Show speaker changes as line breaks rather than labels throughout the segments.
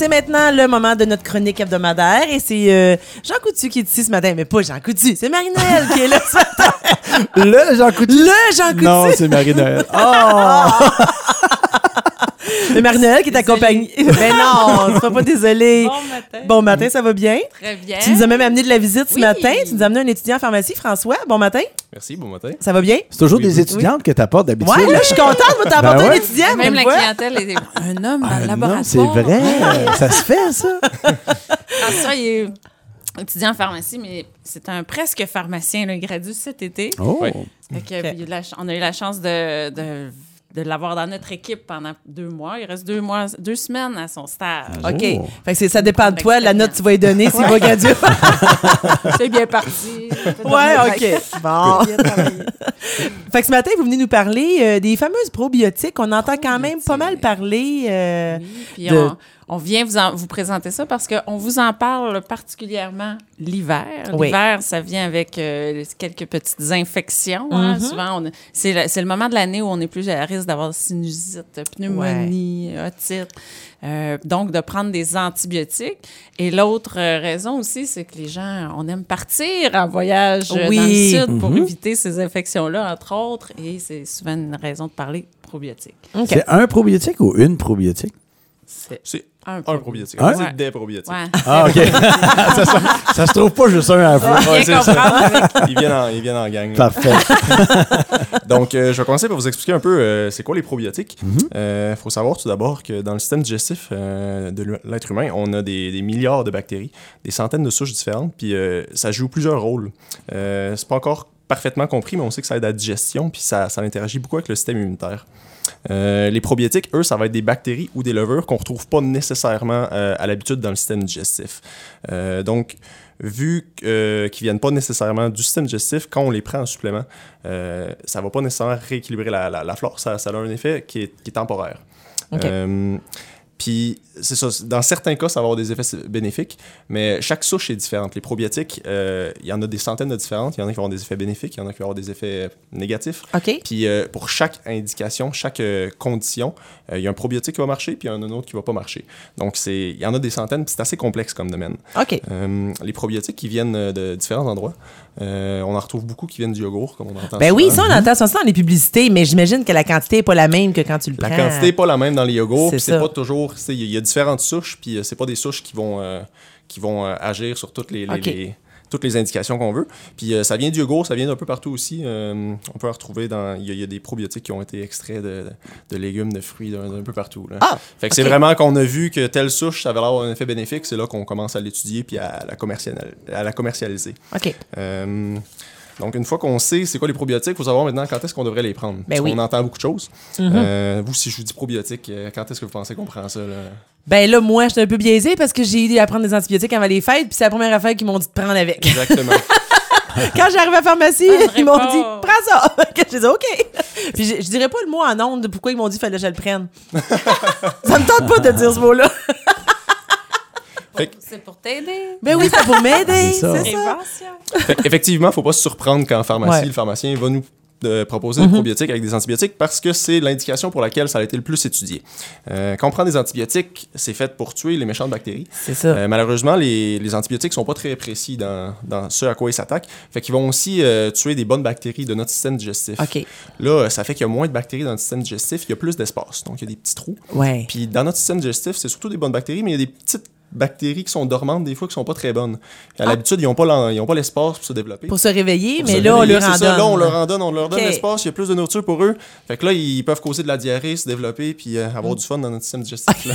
C'est maintenant le moment de notre chronique hebdomadaire et c'est euh, Jean Coutu qui est ici ce matin, mais pas Jean Coutu, c'est Marinelle qui est là ce matin.
Le Jean Coutu.
Le Jean Coutu.
Non, c'est Marie-Noël. Oh!
Le Marinelle qui est accompagnée. Mais non, sois pas désolée. Bon
Bon matin.
matin, ça va bien?
Très bien.
Tu nous as même amené de la visite ce
Oui.
matin. Tu nous as amené un étudiant en pharmacie, François. Bon matin.
Merci, bon matin.
Ça va bien?
C'est toujours
Oui,
des
oui.
étudiantes que t'apportes d'habitude. Euh,
Ouais, là, je suis contente de t'apporter
Ben
un
ouais.
étudiant.
Même la
me vois.
clientèle est un homme dans le
Ah
laboratoire.
non, c'est vrai. ça se fait, ça.
François, Ah, il est étudiant en pharmacie, mais c'est un presque pharmacien. là. Il gradue cet été.
Oh.
Oui.
Fait que,
Ok.
il a eu la ch- on a eu la chance de, de- de l'avoir dans notre équipe pendant deux mois. Il reste deux, mois, deux semaines à son stage.
OK.
Oh.
Fait que c'est- ça dépend de toi, la note que tu vas lui donner, s'il va graduer.
C'est bien parti.
Ouais, OK. Bon. Fait que ce matin, vous venez nous parler euh, des fameuses probiotiques. On entend quand même pas mal parler. euh,
Puis
De-
on, on vient vous, en- vous présenter ça parce qu'on vous en parle particulièrement l'hiver.
Oui.
L'hiver, ça vient avec euh, quelques petites infections. hein.
Mm-hmm.
Souvent, on a- c'est le, c'est le moment de l'année où on est plus à risque d'avoir sinusite, pneumonie, otite. Euh, donc, de prendre des antibiotiques. Et l'autre euh, raison aussi, c'est que les gens, on aime partir en voyage euh, dans
Oui. Mm-hmm.
le sud pour éviter ces infections-là, entre autres. Et c'est souvent une raison de parler probiotiques.
OK.
C'est un probiotique ou une probiotique?
C'est
C'est
un,
un
peu.
probiotique.
Hein?
C'est
Ouais.
des probiotiques.
Ouais.
Ah, OK. ça, se- ça se trouve pas juste un à vous.
Ouais,
Bien
c'est ça.
comprendre.
Ils viennent en, ils viennent en gang. là.
Parfait.
Donc, euh, je vais commencer par vous expliquer un peu euh, c'est quoi les probiotiques. Il
Mm-hmm.
faut savoir tout d'abord que dans le système digestif euh, de l'hu- l'être humain, on a des, des milliards de bactéries, des centaines de souches différentes, puis euh, ça joue plusieurs rôles. Euh, c'est pas encore parfaitement compris, mais on sait que ça aide à la digestion, puis ça, ça interagit beaucoup avec le système immunitaire. Euh, les probiotiques, eux, ça va être des bactéries ou des levures qu'on ne retrouve pas nécessairement euh, à l'habitude dans le système digestif. Euh, donc, vu que, euh, qu'ils ne viennent pas nécessairement du système digestif, quand on les prend en supplément, euh, ça ne va pas nécessairement rééquilibrer la, la- la flore. Ça, ça a un effet qui est, qui est temporaire.
Ok.
Euh, puis, c'est ça. c'est- Dans certains cas, ça va avoir des effets bénéfiques, mais chaque souche est différente. Les probiotiques, euh, il y en a des centaines de différentes. Il y en a qui vont avoir des effets bénéfiques, il y en a qui vont avoir des effets négatifs.
OK.
Puis euh, pour chaque indication, chaque euh, condition, euh, il y a un probiotique qui va marcher, puis il y en a un autre qui va pas marcher. Donc, c'est- il y en a des centaines, puis c'est assez complexe comme domaine.
OK.
Euh, les probiotiques qui viennent euh, de différents endroits, euh, on en retrouve beaucoup qui viennent du yogourt, comme on entend
Ben oui, ça,
souvent.
on entend ça dans les publicités, mais j'imagine que la quantité n'est pas la même que quand tu le
La
prends.
quantité n'est pas la même dans les yogourts,
C'est
puis
ça.
c'est pas toujours... c'est- Il y, a différentes souches, puis euh, c'est pas des souches qui vont, euh, qui vont euh, agir sur toutes les... les-
Ok.
les- toutes les indications qu'on veut. Puis euh, ça vient du yogourt, ça vient d'un peu partout aussi. Euh, on peut en retrouver dans... Il y, a- il y a des probiotiques qui ont été extraits de, de légumes, de fruits, d'un d'un peu partout. là.
Ah!
Fait que
Ok.
c'est vraiment qu'on a vu que telle souche, ça avait l'air d'avoir un effet bénéfique. C'est là qu'on commence à l'étudier puis à la, commercial- à la commercialiser.
OK.
Euh, donc, une fois qu'on sait c'est quoi les probiotiques, il faut savoir maintenant quand est-ce qu'on devrait les prendre.
Ben oui. Mm-hmm.
On entend beaucoup de choses. Euh, vous, si je vous dis probiotiques, euh, quand est-ce que vous pensez qu'on prend ça? là?
Ben là, moi, j'étais un peu biaisée parce que j'ai eu à prendre des antibiotiques avant les fêtes, puis c'est la première affaire qu'ils m'ont dit de prendre avec.
Exactement.
Quand j'arrive à la pharmacie,
Prendrai
ils m'ont
pas.
dit prends ça. Que j'ai dit OK. Puis je, je dirais pas le mot en ondes de pourquoi ils m'ont dit fallait que je le prenne. ça me tente pas de dire ce mot-là.
Fait que-
C'est pour t'aider.
Ben oui, c'est pour m'aider.
C'est ça.
C'est ça.
Prévention.
Fait Effectivement, faut pas se surprendre qu'en pharmacie,
Ouais. Mm-hmm.
le pharmacien va nous euh, proposer des probiotiques avec des antibiotiques parce que c'est l'indication pour laquelle ça a été le plus étudié. Euh, quand on prend des antibiotiques, c'est fait pour tuer les méchantes bactéries.
C'est ça.
Euh, malheureusement, les, les antibiotiques sont pas très précis dans, dans ce à quoi ils s'attaquent. Fait qu'ils vont aussi euh, tuer des bonnes bactéries de notre système digestif.
OK.
Là, euh, ça fait qu'il y a moins de bactéries dans le système digestif, il y a plus d'espace. Donc, il y a des petits trous.
Ouais.
Puis dans notre système digestif, c'est surtout des bonnes bactéries, mais il y a des petites bactéries qui sont dormantes des fois, qui sont pas très bonnes. À l'habitude, ils n'ont pas l'en- ils ont pas l'espace pour se développer.
Pour se réveiller,
Pour
mais
se
là, on
réveiller,
leur en
c'est ça,
donne.
Là, on leur en donne, on leur donne
OK.
l'espace, il y a plus de nourriture pour eux. Fait que là, ils peuvent causer de la diarrhée, se développer, puis euh, avoir du fun dans notre système digestif. là.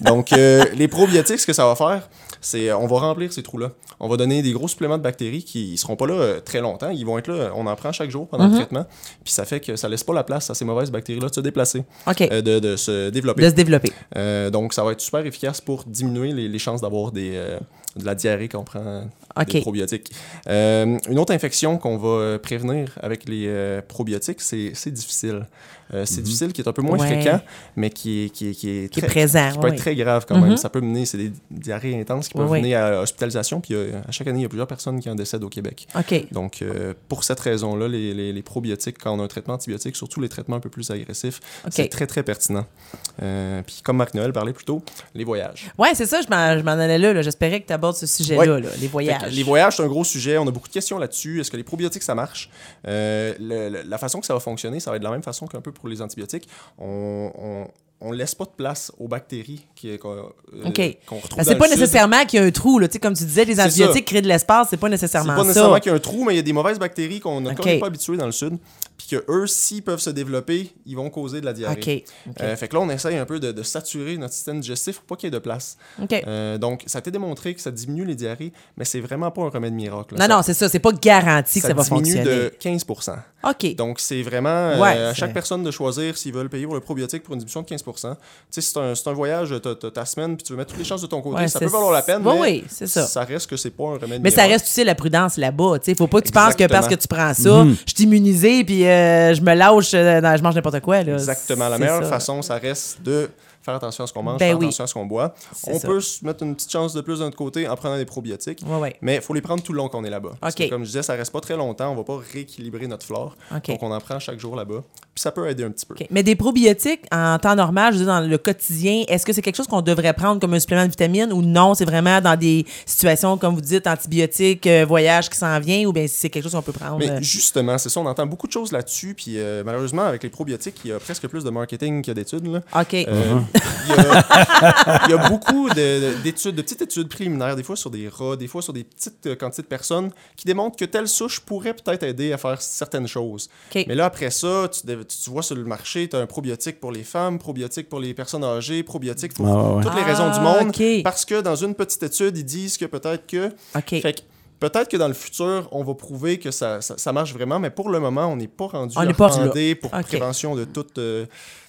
Donc, euh, les probiotiques, ce que ça va faire, c'est euh, on va remplir ces trous-là. On va donner des gros suppléments de bactéries qui ne seront pas là euh, très longtemps. Ils vont être là, euh, on en prend chaque jour pendant
Mhm.
le traitement. Puis ça fait que ça laisse pas la place à ces mauvaises bactéries-là de se déplacer,
OK.
euh, de, de se développer.
de se développer.
Euh, donc, ça va être super efficace pour diminuer les, les chances d'avoir des, euh, de la diarrhée quand on prend
OK.
des probiotiques. Euh, une autre infection qu'on va euh, prévenir avec les euh, probiotiques, c'est c'est difficile. Euh, c'est difficile qui est un peu moins
Ouais.
fréquent, mais qui est, qui est, qui est
Qui est
très-
présent.
qui peut
oui.
être très grave quand même.
Mhm.
Ça peut mener, c'est des diarrhées intenses conséquences qui peuvent
Oui, oui.
venir à hospitalisation. Puis euh, à chaque année, il y a plusieurs personnes qui en décèdent au Québec.
OK.
Donc, euh, pour cette raison-là, les, les- les probiotiques, quand on a un traitement antibiotique, surtout les traitements un peu plus agressifs,
OK.
c'est très, très pertinent. Euh, puis, comme Marc-Noël parlait plus tôt, les voyages.
Ouais, c'est ça, je m'en, je m'en allais là. là. J'espérais que tu abordes ce sujet-là,
Ouais.
là, les
Fait que
voyages.
Les voyages, c'est un gros sujet. On a beaucoup de questions là-dessus. Est-ce que les probiotiques, ça marche? Euh, le- le- la façon que ça va fonctionner, ça va être de la même façon qu'un peu pour les antibiotiques. On... on on laisse pas de place aux bactéries qui- qu'on euh,
OK.
qu'on
Parce
retrouve
que
dans
c'est pas
le sud.
nécessairement qu'il y a un trou, là. Tu sais, comme tu disais, les
C'est
antibiotiques
ça.
créent de l'espace, c'est pas nécessairement,
C'est pas nécessairement
ça.
qu'il y a un trou, mais il y a des mauvaises bactéries qu'on n'a
Ok.
quand même pas habituées dans le sud. Puis que eux, s'ils peuvent se développer, ils vont causer de la diarrhée.
OK. OK.
Euh, fait que là, on essaye un peu de, de saturer notre système digestif pour pas qu'il y ait de place.
OK.
Euh, donc, ça a été démontré que ça diminue les diarrhées, mais c'est vraiment pas un remède miracle. là.
non,
Ça-
non, c'est ça. C'est pas garanti que ça va
diminue
fonctionner.
de 15
OK.
donc, c'est vraiment euh,
Ouais,
à
c'est-
chaque personne de choisir s'ils veulent payer pour le probiotique pour une dilution de 15 Tu sais, c'est un, c'est un voyage, t'as t'as ta semaine, puis tu veux mettre toutes les chances de ton côté.
Ouais,
ça
c'est-
peut valoir la peine,
Oui,
mais
oui, c'est ça.
reste que c'est pas un remède
mais ça
miracle.
reste, tu sais, la prudence là-bas. Tu sais, faut pas que tu penses que
Exactement.
parce que tu prends ça, je suis immunisé puis euh, je me lâche, euh, dans- je mange n'importe quoi. Là.
Exactement. La
C'est
meilleure
ça.
façon, ça reste de faire attention à ce qu'on mange,
Ben
faire
oui.
attention à ce qu'on boit.
C'est
On
ça.
peut se mettre une petite chance de plus de notre côté en prenant des probiotiques.
Ouais, ouais.
Mais il faut les prendre tout le long qu'on est là-bas. Parce
OK.
que, comme je disais, ça reste pas très longtemps. On va pas rééquilibrer notre flore.
OK.
Donc, on en prend chaque jour là-bas. Puis ça peut aider un petit peu.
OK. Mais des probiotiques en temps normal, je veux dire, dans le quotidien, est-ce que c'est quelque chose qu'on devrait prendre comme un supplément de vitamine ou non? C'est vraiment dans des situations, comme vous dites, antibiotiques, euh, voyage qui s'en vient ou bien si c'est quelque chose qu'on peut prendre? euh,
Mais justement, c'est ça, on entend beaucoup de choses là-dessus. Puis euh, malheureusement, avec les probiotiques, il y a presque plus de marketing qu'il y a d'études. là.
OK.
Uh-huh.
Euh, il, y a, il y a beaucoup de- de- d'études, de, petites études préliminaires, des fois sur des rats, des fois sur des petites euh, quantités de personnes, qui démontrent que telle souche pourrait peut-être aider à faire certaines choses.
OK.
Mais là, après ça, tu, dev- tu- tu vois sur le marché, tu as un probiotique pour les femmes, probiotique pour les personnes âgées, probiotique pour
Ah, ouais, ouais.
toutes les raisons du
Ah,
monde.
OK.
Parce que dans une petite étude, ils disent que peut-être que.
OK.
Fait que Peut-être que dans le futur, on va prouver que ça, ça- ça marche vraiment, mais pour le moment, on n'est pas rendu
On
à
n'est pas rendu là.
recommander pour
OK.
prévention de toute, euh,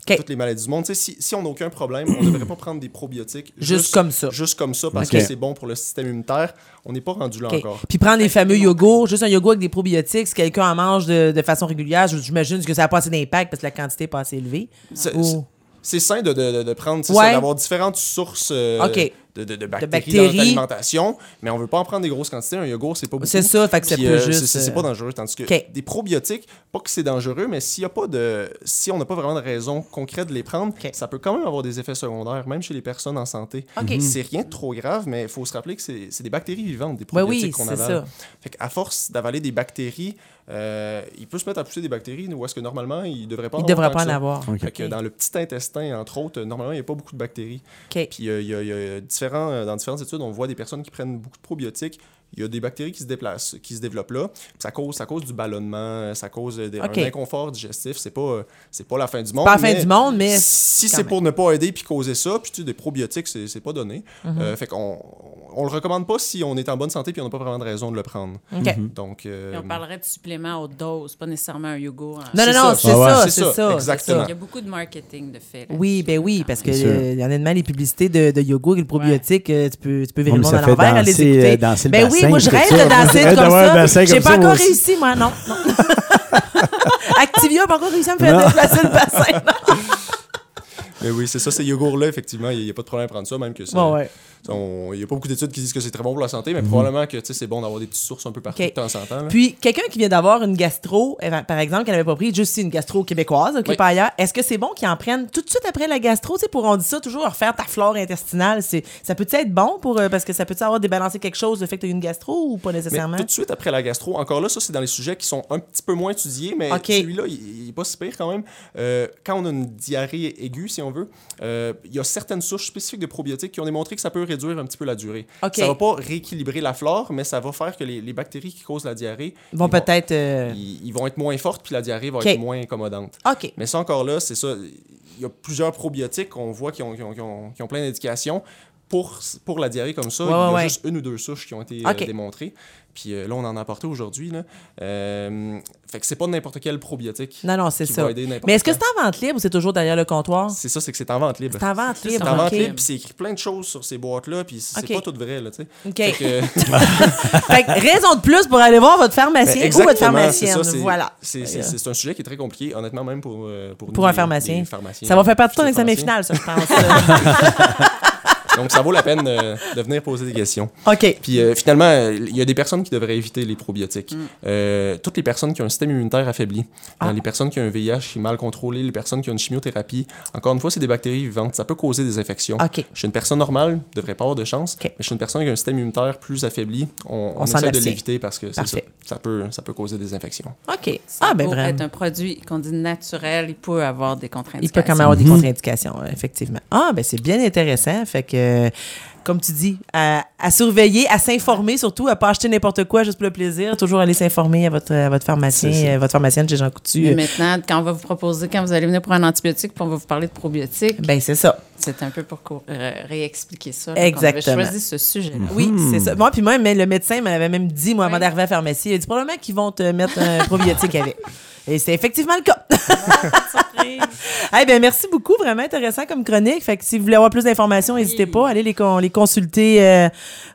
OK.
toutes les maladies du monde. Tu sais, Si, si on n'a aucun problème, on ne devrait pas prendre des probiotiques
Juste comme ça.
Juste comme ça, parce
OK.
que c'est bon pour le système immunitaire. On n'est pas rendu là
OK.
encore.
Puis prendre les fameux yogos, juste un yogourt avec des probiotiques, si quelqu'un en mange de, de façon régulière, je- j'imagine que ça n'a pas assez d'impact parce que la quantité n'est pas assez élevée.
C'est-
Ou-
Euh, c'est- C'est sain de, de- de- de prendre, c'est
Ouais.
ça, d'avoir différentes sources euh,
OK.
de, de- de bactéries,
bactéries.
dans notre alimentation, mais on ne veut pas en prendre des grosses quantités. Un yogourt, c'est pas beaucoup.
C'est ça, fait que c'est
Puis,
plus
euh,
juste,
c'est- C'est
euh,
pas dangereux. Tandis que
OK.
des probiotiques, pas que c'est dangereux, mais s'il y a pas de, si on n'a pas vraiment de raison concrète de les prendre,
OK.
ça peut quand même avoir des effets secondaires, même chez les personnes en santé. Mm-hmm.
OK.
C'est rien de trop grave, mais il faut se rappeler que c'est c'est des bactéries vivantes, des
Ouais,
probiotiques
Ben oui,
qu'on
c'est
avale.
ça.
Fait qu'à force d'avaler des bactéries, euh, il peut se mettre à pousser des bactéries, où est-ce que normalement, il ne devrait pas
Il
en
ne devrait
tant
pas
que
en
ça.
avoir.
OK.
Fait que dans le petit intestin, entre autres, euh, normalement, il n'y a pas beaucoup de bactéries.
OK.
Puis euh, il y a- il y a différents, euh, dans différentes études, on voit des personnes qui prennent beaucoup de probiotiques. Il y a des bactéries qui se déplacent, qui se développent là. Puis ça cause, ça cause du ballonnement, euh, ça cause euh, des-
OK.
un inconfort digestif. C'est pas, euh, c'est pas la fin du monde.
Pas la fin
mais
du monde, mais.
Si
quand
c'est
même.
pour ne pas aider puis causer ça, puis tu sais, des probiotiques, c'est c'est pas donné.
Mhm.
Euh, fait qu'on on le recommande pas si on est en bonne santé puis on n'a pas vraiment de raison de le prendre.
OK.
Donc, euh,
Et on parlerait de suppléments aux doses, pas nécessairement un yogourt. hein.
Non, non,
C'est
non,
ça.
c'est
Ah ouais.
ça,
C'est
c'est
ça,
ça.
exactement.
Il y a beaucoup de marketing de fait. là-dessus,
Oui, ben oui,
quand
parce que
même.
C'est sûr.
euh, il y en a de mal les publicités de, de yogourt et le probiotique, euh, tu peux, tu peux virer le
Ouais, mais
monde
ça
à
fait
l'envers, à les
danser,
écouter.
euh, danser le
ben oui,
bassin,
moi je
tout
rêve
ça.
de
J'ai
danser
hâte
comme
d'avoir un
ça.
bassin
J'ai
comme
pas
ça, moi
encore
aussi.
réussi, moi, non. non. Activia a pas encore réussi à me faire
Non.
déplacer le bassin.
mais oui, c'est ça, ces yogourts-là, effectivement, il n'y a pas de problème à prendre ça, même que ça.
Bon, ouais.
On- Il n'y a pas beaucoup d'études qui disent que c'est très bon pour la santé, mais probablement que tu sais, c'est bon d'avoir des petites sources un peu partout
Ok.
de temps en temps. là.
Puis, quelqu'un qui vient d'avoir une gastro, euh, par exemple, qu'elle n'avait pas pris, juste si une gastro québécoise, OK,
Oui.
pas ailleurs, est-ce que c'est bon qu'ils en prennent tout de suite après la gastro? Tu sais, pour, on dit ça toujours, refaire ta flore intestinale, c'est, ça peut-tu être bon pour, euh, parce que ça peut-tu avoir débalancé quelque chose, le fait que tu as eu une gastro ou pas
mais
nécessairement?
Ben, tout de suite après la gastro, encore là, ça c'est dans les sujets qui sont un petit peu moins étudiés, mais
Ok.
celui-là, il, il est pas si pire quand même. Euh, quand on a une diarrhée aiguë, si on veut, euh, il y a certaines souches spécifiques de probiotiques qui ont démontré que ça peut réduire un petit peu la durée.
Ok.
Ça va pas rééquilibrer la flore, mais ça va faire que les, les bactéries qui causent la diarrhée
Ils vont
ils vont-
peut-être. euh,
ils, ils vont être moins fortes, puis la diarrhée va
Ok.
être moins incommodante.
OK.
Mais ça encore là, c'est ça. Il y a plusieurs probiotiques qu'on voit qui ont, qui ont- qui ont- qui ont plein d'indications. Pour, pour la diarrhée comme ça,
Ouais,
il y a
ouais, ouais.
juste une ou deux souches qui ont été euh,
Ok.
démontrées. Puis euh, là, on en a apporté aujourd'hui. là. Euh, fait que c'est pas n'importe quel probiotique
Non, non, c'est
qui
ça.
va aider n'importe
Mais est-ce que
quand.
c'est en vente libre ou c'est toujours derrière le comptoir?
C'est ça, c'est que c'est en vente libre.
C'est en vente
C'est
libre.
C'est en vente
OK.
libre, puis c'est écrit plein de choses sur ces boîtes-là, puis c'est
Ok.
pas tout vrai, là, tu sais.
OK.
Fait que-
Fait que raison de plus pour aller voir votre pharmacien ou votre
Ben, Exactement,
pharmacienne.
c'est ça, c'est-
voilà.
C'est c'est- c'est- c'est un sujet qui est très compliqué, honnêtement, même pour, euh, pour,
Pour
nous,
un
les-
pharmacien.
les pharmaciens.
Ça va faire partie de ton
Futurs
examen
pharmaciens.
final, ça, je pense.
Donc, ça vaut la peine euh, de venir poser des questions.
OK.
Puis euh, finalement, euh, il y a des personnes qui devraient éviter les probiotiques.
Mm.
Euh, toutes les personnes qui ont un système immunitaire affaibli,
Ah.
euh, les personnes qui ont un VIH qui est mal contrôlé, les personnes qui ont une chimiothérapie. Encore une fois, c'est des bactéries vivantes. Ça peut causer des infections.
OK.
Je suis une personne normale, ne devrait pas avoir de chance.
OK.
Mais je suis une personne qui a un système immunitaire plus affaibli. On, on
On s'en
essaie de
abstient.
l'éviter parce que c'est ça,
Parfait.
ça, peut, ça peut causer des infections.
OK. Ah, ben
Pour
vraiment.
être un produit qu'on dit naturel, il peut avoir des contraintes.
Il peut quand même avoir des
Mm-hmm.
contre-indications, euh, effectivement. Ah, ben c'est bien intéressant. Fait que, euh, comme tu dis, à, à surveiller, à s'informer surtout, à pas acheter n'importe quoi juste pour le plaisir. Toujours aller s'informer à votre, à votre pharmacien,
C'est ça.
euh, votre pharmacienne chez Jean Coutu.
Mais maintenant, quand on va vous proposer, quand vous allez venir pour un antibiotique, puis on va vous parler de probiotiques,
Ben c'est ça.
c'est un peu pour qu'on- euh, réexpliquer ça. là, qu'on avait
Exactement.
choisi ce sujet-là.
Oui, c'est
Hmm.
ça. Moi, puis même, mais le médecin m'avait même dit, moi, avant
Ouais.
d'arriver à la pharmacie, il a dit probablement qu'ils vont te mettre un probiotique avec. Et c'est effectivement le cas. Eh bien, merci beaucoup. Vraiment intéressant comme chronique. Fait que si vous voulez avoir plus d'informations, n'hésitez pas. Allez les, con- les consulter euh,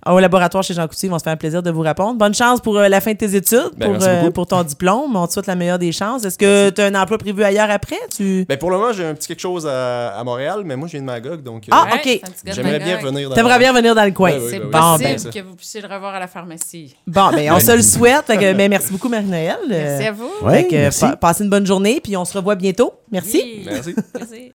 au laboratoire chez Jean Coutu. Ils vont se faire un plaisir de vous répondre. Bonne chance pour euh, la fin de tes études,
Ben,
pour, euh,
merci beaucoup.
pour ton diplôme. On te souhaite la meilleure des chances. Est-ce que tu as un emploi prévu ailleurs après? Tu
Ben, pour le moment, j'ai un petit quelque chose à, à Montréal, mais moi, je viens de Magog, donc euh,
Ah,
Ouais,
OK.
c'est un petit gars de
j'aimerais
ma
bien
gueule.
revenir dans
aimerais bien venir dans le coin.
Ouais, ouais,
C'est
Ben, oui, oui.
Bon, ben,
possible que vous puissiez le revoir à la pharmacie.
bon, ben, on se le souhaite. Fait que, ben, merci beaucoup, Marie-Noël.
Merci
Euh,
à vous.
Ouais,
Fait que,
merci.
pa- passez une bonne journée, puis on se revoit bientôt. Merci.
Oui.
Merci.
Merci.